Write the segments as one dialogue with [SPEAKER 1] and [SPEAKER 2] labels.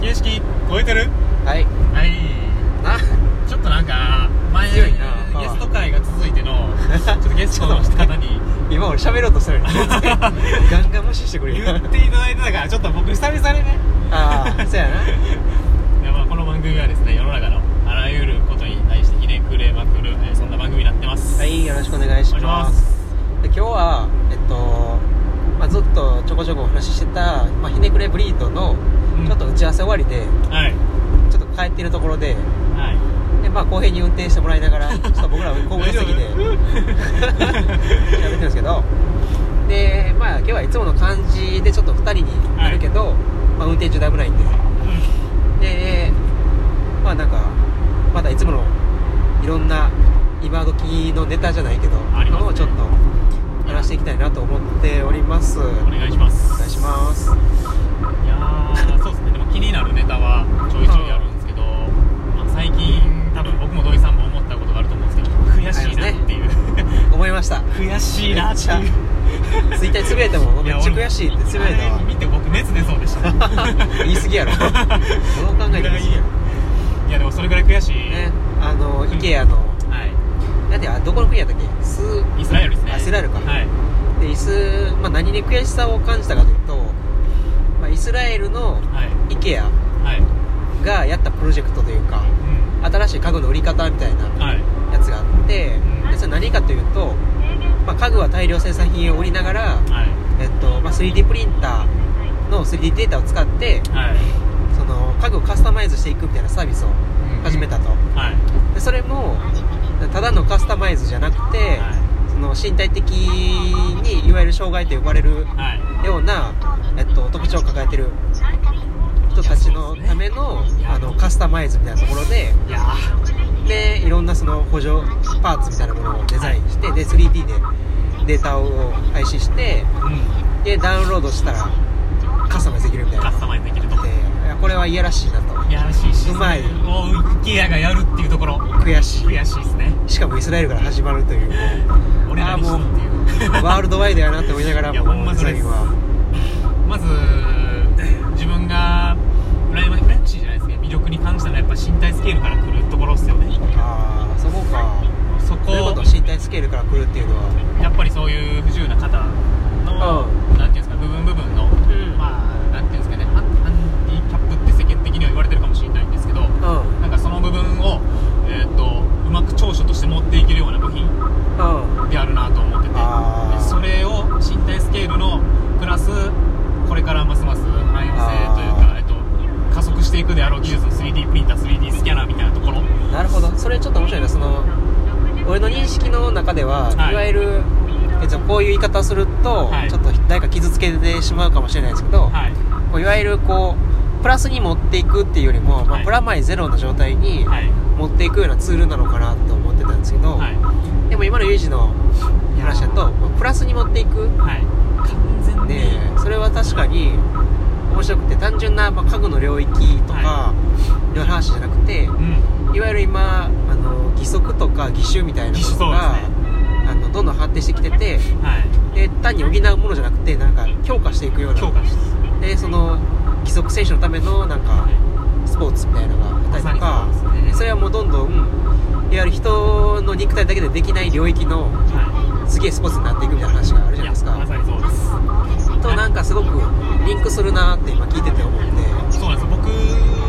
[SPEAKER 1] 形式超えてる
[SPEAKER 2] はい
[SPEAKER 1] はい
[SPEAKER 2] な
[SPEAKER 1] ちょっとなんか前
[SPEAKER 2] 強いな
[SPEAKER 1] ゲスト会が続いてのちょっとゲストの方に
[SPEAKER 2] 今俺喋ろうとす るのにガンガン無視してくれ
[SPEAKER 1] 言
[SPEAKER 2] る
[SPEAKER 1] っていただいてたからちょっと僕久々にね
[SPEAKER 2] ああそうやない
[SPEAKER 1] やまあこの番組はですね世の中のあらゆることに対してひねくれまくる、えーそんな番組になってます
[SPEAKER 2] はいよろしくお願いし
[SPEAKER 1] お願いし
[SPEAKER 2] ま
[SPEAKER 1] ます
[SPEAKER 2] で今日はえっと、まあ、ずっとちょこちょこお話ししてた、まあ、ひねくれブリードの
[SPEAKER 1] うん
[SPEAKER 2] ちょっと打ち合わせ終わりで、
[SPEAKER 1] はい
[SPEAKER 2] ちょっと帰ってるところで
[SPEAKER 1] はい
[SPEAKER 2] でまあ公平に運転してもらいな がらちょっと僕ら後部座席で
[SPEAKER 1] 大丈
[SPEAKER 2] やってるんですけどでまあ今日はいつもの感じでちょっと2人になるけど、まあ、運転中だいぶないんででまあなんかまたいつものいろんな今時のネタじゃないけど
[SPEAKER 1] ありますね
[SPEAKER 2] のをちょっと話していきたいなと思っておりますお
[SPEAKER 1] うんお願いします
[SPEAKER 2] 願いしま
[SPEAKER 1] い
[SPEAKER 2] す
[SPEAKER 1] やーそうですねでも気になるネタはちょいちょいあるんですけど、まあ、最近多分僕も土井さんも思ったことがあると思うんですけど悔しいなっていう、
[SPEAKER 2] 思いました
[SPEAKER 1] 悔しいなって
[SPEAKER 2] め
[SPEAKER 1] いう
[SPEAKER 2] っ ちツイッターにつぶやいてもめっちゃ
[SPEAKER 1] いや
[SPEAKER 2] 悔しいってつぶやいた
[SPEAKER 1] あ
[SPEAKER 2] わ
[SPEAKER 1] れ見て僕熱出そうでした
[SPEAKER 2] 言い過ぎやろどう考えても言い過ぎやろ
[SPEAKER 1] いやでもそれぐらい悔しい、
[SPEAKER 2] ねあの IKEA の
[SPEAKER 1] は
[SPEAKER 2] だってあどこの国やったっけス
[SPEAKER 1] いイスラエルですね
[SPEAKER 2] あイスラエルか
[SPEAKER 1] はい
[SPEAKER 2] でイス、まあ、何に悔しさを感じたかというと、まあ、イスラエルの
[SPEAKER 1] はい
[SPEAKER 2] IKEA
[SPEAKER 1] はい、
[SPEAKER 2] がやったプロジェクトというか
[SPEAKER 1] う、
[SPEAKER 2] 新しい家具の売り方みたいなん
[SPEAKER 1] はい
[SPEAKER 2] やつがあって
[SPEAKER 1] うん
[SPEAKER 2] でそれ何かというと、まあ、家具は大量生産品を売りながら、
[SPEAKER 1] はい
[SPEAKER 2] えっとまあ、3D プリンターの 3D データを使って
[SPEAKER 1] はい
[SPEAKER 2] その家具をカスタマイズしていくみたいなサービスを始めたと
[SPEAKER 1] はい
[SPEAKER 2] でそれもただのカスタマイズじゃなくて、
[SPEAKER 1] は
[SPEAKER 2] その身体的にいわゆる障害と呼ばれる
[SPEAKER 1] いはい
[SPEAKER 2] ような、えっと、特徴を抱えてる人たちのためのあのカスタマイズみたいなところで
[SPEAKER 1] いやー
[SPEAKER 2] でいろんなその補助パーツみたいなものをデザインしてで 3D でデータを配信して
[SPEAKER 1] うん
[SPEAKER 2] でダウンロードしたらカスタマイズできるみたいな
[SPEAKER 1] カスタマイズできると
[SPEAKER 2] でいやこれはいやらしいなと
[SPEAKER 1] いやらしいし
[SPEAKER 2] うまい
[SPEAKER 1] を IKEA がやるっていうところ
[SPEAKER 2] 悔し
[SPEAKER 1] 悔しいですね
[SPEAKER 2] いしかもイスラエルから始ま るという
[SPEAKER 1] 俺らにしろっていう
[SPEAKER 2] ワールドワイドやなって思いながら
[SPEAKER 1] いやほん
[SPEAKER 2] も
[SPEAKER 1] まそれです
[SPEAKER 2] 最後は
[SPEAKER 1] まず自分が羨ま羨ましいじゃないですけど魅力に感じたのはやっぱ身体スケールから来るところっすよね
[SPEAKER 2] ああそこか
[SPEAKER 1] そ
[SPEAKER 2] こういうこ
[SPEAKER 1] こと
[SPEAKER 2] を身体スケールから来るっていうのは
[SPEAKER 1] やっぱりそういう不自由な方の、なんていうんですか部分部分の、
[SPEAKER 2] ん
[SPEAKER 1] まあなんていうんですかねハンハンディキャップって世間的には言われてるかもしれないんですけど
[SPEAKER 2] うん
[SPEAKER 1] なんかその部分を、えー、とうまく長所として持っていけるような部品
[SPEAKER 2] うん
[SPEAKER 1] であるなと思ってて
[SPEAKER 2] あー
[SPEAKER 1] でそれを身体スケールのプラスこれからますます汎用性というか、えっと、加速していくであろう技術の 3D プリンター 3D スキャナーみたいなところ
[SPEAKER 2] なるほどそれちょっと面白いなその俺の認識の中では、
[SPEAKER 1] はい
[SPEAKER 2] い、わゆるえっとこういう言い方すると、
[SPEAKER 1] はい
[SPEAKER 2] ちょっと誰か傷つけてしまうかもしれないですけど、
[SPEAKER 1] はい
[SPEAKER 2] こういわゆるこうプラスに持っていくっていうよりも、ま
[SPEAKER 1] は
[SPEAKER 2] あ、
[SPEAKER 1] い
[SPEAKER 2] プラマイゼロの状態に
[SPEAKER 1] はい
[SPEAKER 2] 持っていくようなツールなのかなと思ってたんですけど、
[SPEAKER 1] はい
[SPEAKER 2] でも今のユージの話だとまあプラスに持っていく
[SPEAKER 1] はい完全
[SPEAKER 2] でそれは確かに面白くて単純な、まあ、家具の領域とか、
[SPEAKER 1] は
[SPEAKER 2] の話じゃなくて
[SPEAKER 1] うん
[SPEAKER 2] いわゆる今あの義足とか義手みたいなも
[SPEAKER 1] 義手
[SPEAKER 2] のが、
[SPEAKER 1] そう
[SPEAKER 2] あのどんどん発展してきてて
[SPEAKER 1] はい
[SPEAKER 2] で単に補うものじゃなくてなんか強化していくよう
[SPEAKER 1] 強
[SPEAKER 2] な
[SPEAKER 1] 化して
[SPEAKER 2] でその義足選手のためのなんかスポーツみたいなのがあったりとか
[SPEAKER 1] まさにそうですね
[SPEAKER 2] でそれはもうどんどんいわゆる人の肉体だけでできない領域の
[SPEAKER 1] は
[SPEAKER 2] すげえスポーツになっていくみたいな話があ
[SPEAKER 1] い
[SPEAKER 2] るじゃないです
[SPEAKER 1] やま
[SPEAKER 2] か
[SPEAKER 1] さにそうです
[SPEAKER 2] となんかすごくリンクするなって今聞いてて思って
[SPEAKER 1] そうなんです僕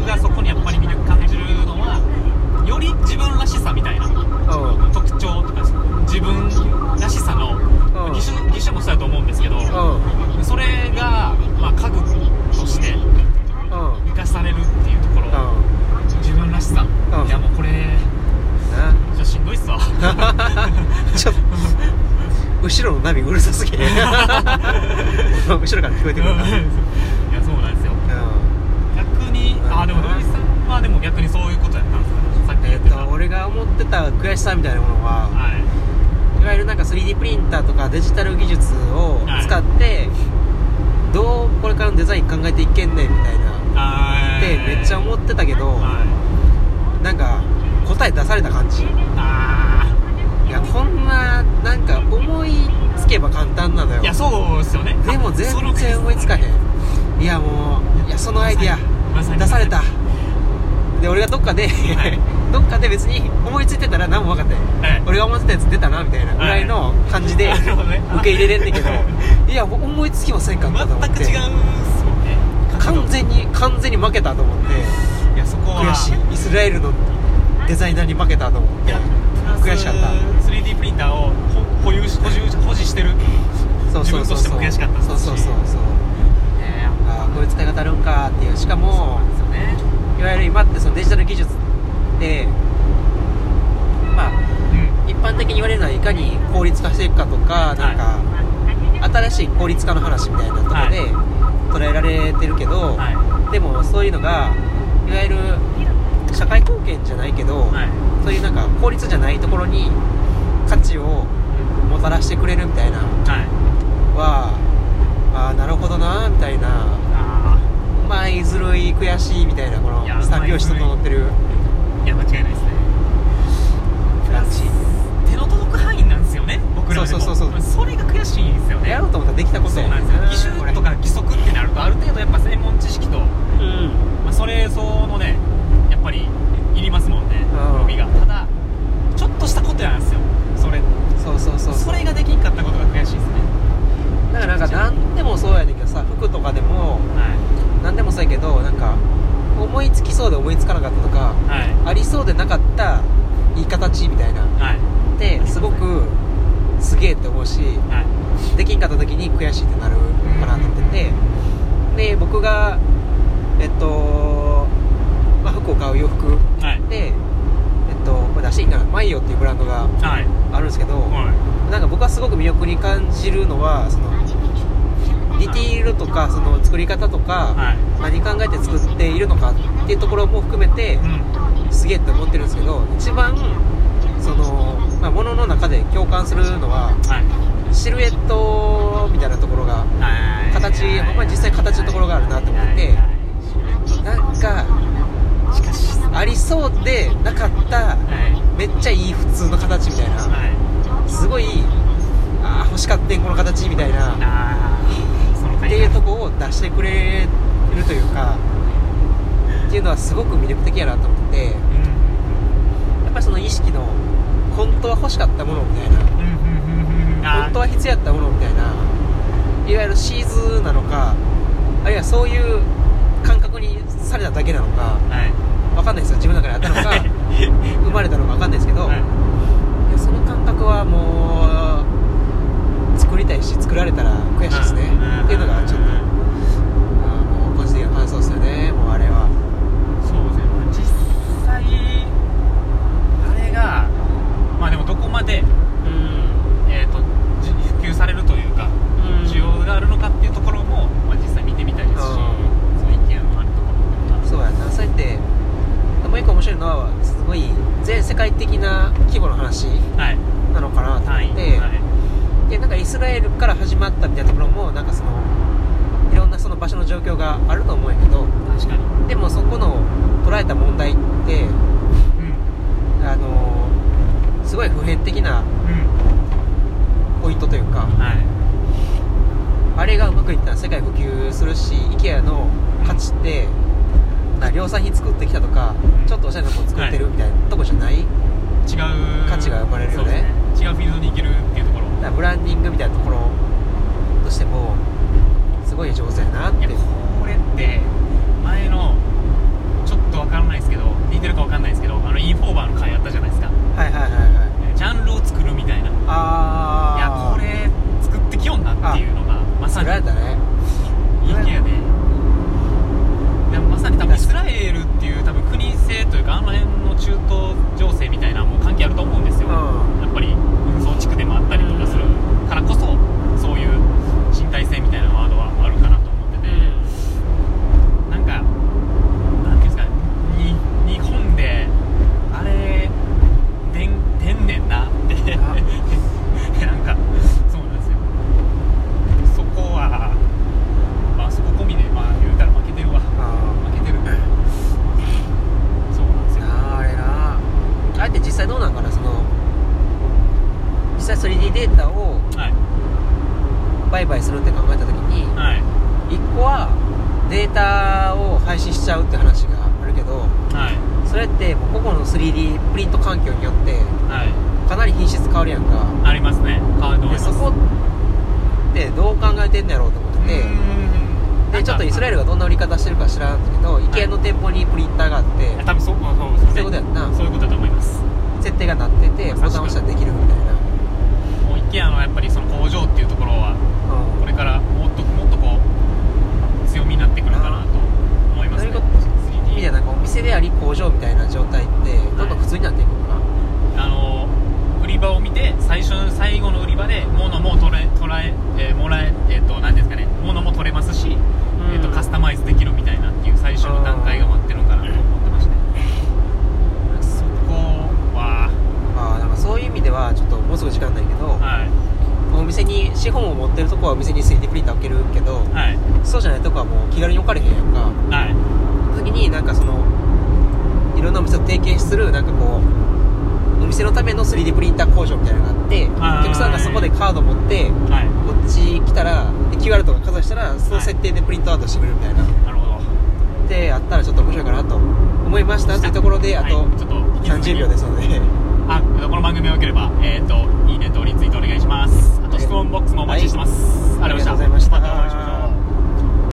[SPEAKER 1] がそこにやっぱり魅力感じるのはより自分らしさみたいな
[SPEAKER 2] うん
[SPEAKER 1] 特徴とか自分らしさの
[SPEAKER 2] うん
[SPEAKER 1] 義手義手もそうだと思うんですけど
[SPEAKER 2] う
[SPEAKER 1] それが、まあ、家具として
[SPEAKER 2] んうん
[SPEAKER 1] 生かされるっていうところ
[SPEAKER 2] う
[SPEAKER 1] 自分らしさ
[SPEAKER 2] うん
[SPEAKER 1] いやもうこれ
[SPEAKER 2] んな
[SPEAKER 1] ちょっとしんどいっ すわ
[SPEAKER 2] ちょっと後ろのナビうるさすぎて 後ろから聞こえ
[SPEAKER 1] い
[SPEAKER 2] てくるなうん
[SPEAKER 1] やそうなんですよ逆にあでも土井さんはでも逆にそういうことやったんですかねさっき
[SPEAKER 2] え
[SPEAKER 1] 言
[SPEAKER 2] っ、
[SPEAKER 1] ってた
[SPEAKER 2] と俺が思ってた悔しさみたいなものは
[SPEAKER 1] はい
[SPEAKER 2] いわゆるなんか 3D プリンターとかデジタル技術を使って、どうこれからのデザイン考えていけんねんみたいな
[SPEAKER 1] あ
[SPEAKER 2] ってめっちゃ
[SPEAKER 1] っ
[SPEAKER 2] 思ってたけど、
[SPEAKER 1] はい
[SPEAKER 2] なんか答え出された感じい
[SPEAKER 1] あ
[SPEAKER 2] やこんななんか思いつけば簡単なの
[SPEAKER 1] ー
[SPEAKER 2] よ
[SPEAKER 1] いやそうですよね
[SPEAKER 2] でも全然思いつかへんいやもういやそのアイディア
[SPEAKER 1] まさに
[SPEAKER 2] 出されたで俺がどっかで、
[SPEAKER 1] い
[SPEAKER 2] どっかで別に思いついてたら何も分かんない、
[SPEAKER 1] はい
[SPEAKER 2] 俺が思ってたやつ出たなみたいなぐらいの感じで
[SPEAKER 1] はいなるほどね
[SPEAKER 2] 受け入れれんね んけど、、
[SPEAKER 1] はい
[SPEAKER 2] や思いつきもせんかったと思っ
[SPEAKER 1] 全
[SPEAKER 2] て
[SPEAKER 1] く違うんすもんね
[SPEAKER 2] 完全に完全に負けたと思って
[SPEAKER 1] いやそこは
[SPEAKER 2] 悔しいイスラエルのデザイナーに負けたと思っ
[SPEAKER 1] い
[SPEAKER 2] て
[SPEAKER 1] やプラス
[SPEAKER 2] 悔しかった
[SPEAKER 1] 3D プリンターを保有し保持保持してる
[SPEAKER 2] そうそうそ
[SPEAKER 1] 自分と
[SPEAKER 2] う
[SPEAKER 1] しても悔しかった
[SPEAKER 2] そうそうそうそう
[SPEAKER 1] ね
[SPEAKER 2] ああこういう使い方あるんかっていうしかも
[SPEAKER 1] ですよね
[SPEAKER 2] いわゆる今ってそのデジタル技術ってまあ
[SPEAKER 1] うん
[SPEAKER 2] 一般的に言われるのはいかに効率化していくかとかなんか、新しい効率化の話みたいなところで捉えられてるけど、
[SPEAKER 1] はい
[SPEAKER 2] でもそういうのがいわゆる社会貢献じゃないけど、
[SPEAKER 1] はい
[SPEAKER 2] そういうなんか効率じゃないところに価値をもたらしてくれるみたいなの
[SPEAKER 1] はい
[SPEAKER 2] はああなるほどなみたいな
[SPEAKER 1] あ
[SPEAKER 2] うまいずるい悔しいみたいなこの
[SPEAKER 1] いや
[SPEAKER 2] 三拍子整ってる
[SPEAKER 1] あいや間違いないですね
[SPEAKER 2] 感じ
[SPEAKER 1] 手の届く範囲なんですよね僕らでも
[SPEAKER 2] そうそうそうそ
[SPEAKER 1] そ
[SPEAKER 2] う
[SPEAKER 1] れが悔しいんですよね
[SPEAKER 2] やろうと思ったらできたこと
[SPEAKER 1] そう
[SPEAKER 2] や
[SPEAKER 1] なんですよ義手とか義足ってなるとある程度やっぱ専門知識と、ま
[SPEAKER 2] これうん
[SPEAKER 1] あ、それ相応のねやっぱりいりますもんね
[SPEAKER 2] うん
[SPEAKER 1] 伸びがただちょっとしたことなんですよそれ
[SPEAKER 2] そうそうそう
[SPEAKER 1] それができんかったことが悔しいですね
[SPEAKER 2] だからなんか何でもそうやねんけどさ服とかでも
[SPEAKER 1] は
[SPEAKER 2] 何でもそうやけどなんか思いつきそうで思いつかなかったとか
[SPEAKER 1] いはい
[SPEAKER 2] ありそうでなかったいい形みたいな
[SPEAKER 1] はい
[SPEAKER 2] ってすごくすげえって思うし
[SPEAKER 1] はい
[SPEAKER 2] できんかった時に悔しいってなるかなと思っててで僕がえっと、まあ、服を買う洋服
[SPEAKER 1] はい
[SPEAKER 2] でえっとこれ出していいかなマイヨっていうブランドが
[SPEAKER 1] はい
[SPEAKER 2] あるんですけど、
[SPEAKER 1] は
[SPEAKER 2] なんか僕はすごく魅力に感じるのはそのディティールとかその作り方とか、
[SPEAKER 1] はい
[SPEAKER 2] 何考えて作っているのかっていうところも含めて
[SPEAKER 1] いうん
[SPEAKER 2] すげえって思ってるんですけど一番その、まあ、物の中で共感するのは
[SPEAKER 1] はい
[SPEAKER 2] シルエットみたいなところが
[SPEAKER 1] はい
[SPEAKER 2] 形ほんまに実際形のところがあるなと思っててなんか
[SPEAKER 1] しかし
[SPEAKER 2] ありそうでなかっ
[SPEAKER 1] は
[SPEAKER 2] た
[SPEAKER 1] い
[SPEAKER 2] めっちゃいい普通の形みたいな
[SPEAKER 1] はい
[SPEAKER 2] すごいあー欲しかったんこの形みたいな
[SPEAKER 1] ああその
[SPEAKER 2] っていうとこを出してくれるというかっていうのはすごく魅力的やなと思ってやっぱりその意識の本当は欲しかったものみたいな
[SPEAKER 1] うんうんうんうんあ
[SPEAKER 2] 本当は必要やったものみたいないわゆるシーズなのかあるいはそういう感覚にされただけなのか
[SPEAKER 1] はい
[SPEAKER 2] わかんないですよ自分の中にあったのか生まれたのかわかんないですけど、
[SPEAKER 1] はい
[SPEAKER 2] いやその感覚はもう作りたいし作られたら悔しいですねっていうのがちょっとあーもう個人的な感想ですよねもうあれは
[SPEAKER 1] そうですね実際あれがまあでもどこまで、
[SPEAKER 2] うん
[SPEAKER 1] えー、とじ普及されるというか需要があるのかっていうところも、まあ、実際見てみたいですし、
[SPEAKER 2] うん
[SPEAKER 1] その意見のあるところっていうのは
[SPEAKER 2] そうやなそうやってもう一個面白いのはすごい全世界的な規模の話
[SPEAKER 1] はい
[SPEAKER 2] なのかなと
[SPEAKER 1] 単位
[SPEAKER 2] 思って、
[SPEAKER 1] はい
[SPEAKER 2] でなんかイスラエルから始まったみたいなところもなんかそのいろんなその場所の状況があると思うんやけど
[SPEAKER 1] 確かに
[SPEAKER 2] でもそこの捉えた問題って
[SPEAKER 1] うん
[SPEAKER 2] あのすごい普遍的な
[SPEAKER 1] うん
[SPEAKER 2] ポイントというか
[SPEAKER 1] はい
[SPEAKER 2] あれがうまくいったら世界普及するし IKEA の価値ってな量産品作ってきたとか
[SPEAKER 1] うん
[SPEAKER 2] ちょっとおしゃれなもの作ってるみたいなとこじゃない、
[SPEAKER 1] 違う
[SPEAKER 2] 価値が生まれるよね
[SPEAKER 1] そうですね違うフィールドに行けるっていうところ
[SPEAKER 2] だからブランディングみたいなところとしてもすごい上手やなっ
[SPEAKER 1] い
[SPEAKER 2] て
[SPEAKER 1] やこれって前のちょっとわからないですけど似てるかわかんないですけどあのインフォーバーの回あったじゃないですか
[SPEAKER 2] はいはいはいはい
[SPEAKER 1] ジャンルを作るみたいないや
[SPEAKER 2] あ
[SPEAKER 1] こ
[SPEAKER 2] あ
[SPEAKER 1] れ作ってきよんなっていうのがまさ
[SPEAKER 2] 作
[SPEAKER 1] に
[SPEAKER 2] られたね
[SPEAKER 1] インケアででもまさに多分イスラエルっていう多分国性というかあの辺の中東情勢みたいなもう関係あると思うんですよ、
[SPEAKER 2] うん
[SPEAKER 1] やっぱり運送地区でもあったりとかするからこそそういう身体性みたいなワードはあるかなと思ってて、なんか、なんていうんですか、に日本で、あれ、でんでんねんなって、
[SPEAKER 2] あ
[SPEAKER 1] なんか、そうなんですよ、そこは、まあ、そこ込みで、まあ、言うたら負けてるわ、
[SPEAKER 2] あ
[SPEAKER 1] 負けてる、そうなんです
[SPEAKER 2] ー
[SPEAKER 1] よ、
[SPEAKER 2] なああれなあれって実際どうなんかなその実際 3D データを
[SPEAKER 1] はい、
[SPEAKER 2] 売買するって考えた時に
[SPEAKER 1] はい、
[SPEAKER 2] 1個はデータを早配信しちゃうって話があるけど
[SPEAKER 1] はい
[SPEAKER 2] それってもう個々の 3D プリント環境によって
[SPEAKER 1] はい
[SPEAKER 2] かなり品質変わるやんか
[SPEAKER 1] ありますね変わると思いま
[SPEAKER 2] で
[SPEAKER 1] す
[SPEAKER 2] そこってどう考えてんだろうと思って
[SPEAKER 1] う
[SPEAKER 2] でちょっとイスラエ
[SPEAKER 1] ル
[SPEAKER 2] ルがどんな売り方してるか知らんけどイケの店舗にプリンターがあって
[SPEAKER 1] 多分そうそうそう
[SPEAKER 2] そういうことやんな
[SPEAKER 1] そういうことだと思います
[SPEAKER 2] 設定がなっててボタン押したらできるみたいな
[SPEAKER 1] もう IKEA のやっぱりその工場っていうところは
[SPEAKER 2] うん
[SPEAKER 1] これからもっともっとこう強みになってくるかなと思いますね
[SPEAKER 2] そういうこ
[SPEAKER 1] 3D
[SPEAKER 2] みたいななんかお店であり工場みたいな状態ってどんどん普通になっていくのかな、
[SPEAKER 1] あの売り場を見て最初の最後の売り場で物も取れ捉ええーもらええー、と何ですかね物も取れますし、えー、とカスタマイズできるみたいなっていう最初の段階が待ってるのかなと思ってましたねそこは
[SPEAKER 2] あーなんかそういう意味ではちょっともうすぐ時間ないけど、
[SPEAKER 1] はい
[SPEAKER 2] お店に資本を持ってるとこはお店に 3D プリンター置けるけど、
[SPEAKER 1] はい
[SPEAKER 2] そうじゃないとこはもう気軽に置かれへんやんか
[SPEAKER 1] はい
[SPEAKER 2] 時になんかそのいろんなお店と提携するなんかこうお店のための 3D プリンター工場みたいなのがあって
[SPEAKER 1] はい
[SPEAKER 2] お客さんがそこでカード持って
[SPEAKER 1] はい
[SPEAKER 2] こっち来たらで QR とかかざしたらその設定でプリントアウトしてくれるみたいな、
[SPEAKER 1] なるほど
[SPEAKER 2] であったらちょっと面白いかなと思いましたというところであ
[SPEAKER 1] は
[SPEAKER 2] と
[SPEAKER 1] いちょっと引き続き
[SPEAKER 2] 30秒ですので、
[SPEAKER 1] あこの番組よければ、えー、といいねとリツイートお願いしますあと質問ボックスもお待ちしてます、
[SPEAKER 2] はい
[SPEAKER 1] ありがとうござい
[SPEAKER 2] ありがとうございました
[SPEAKER 1] また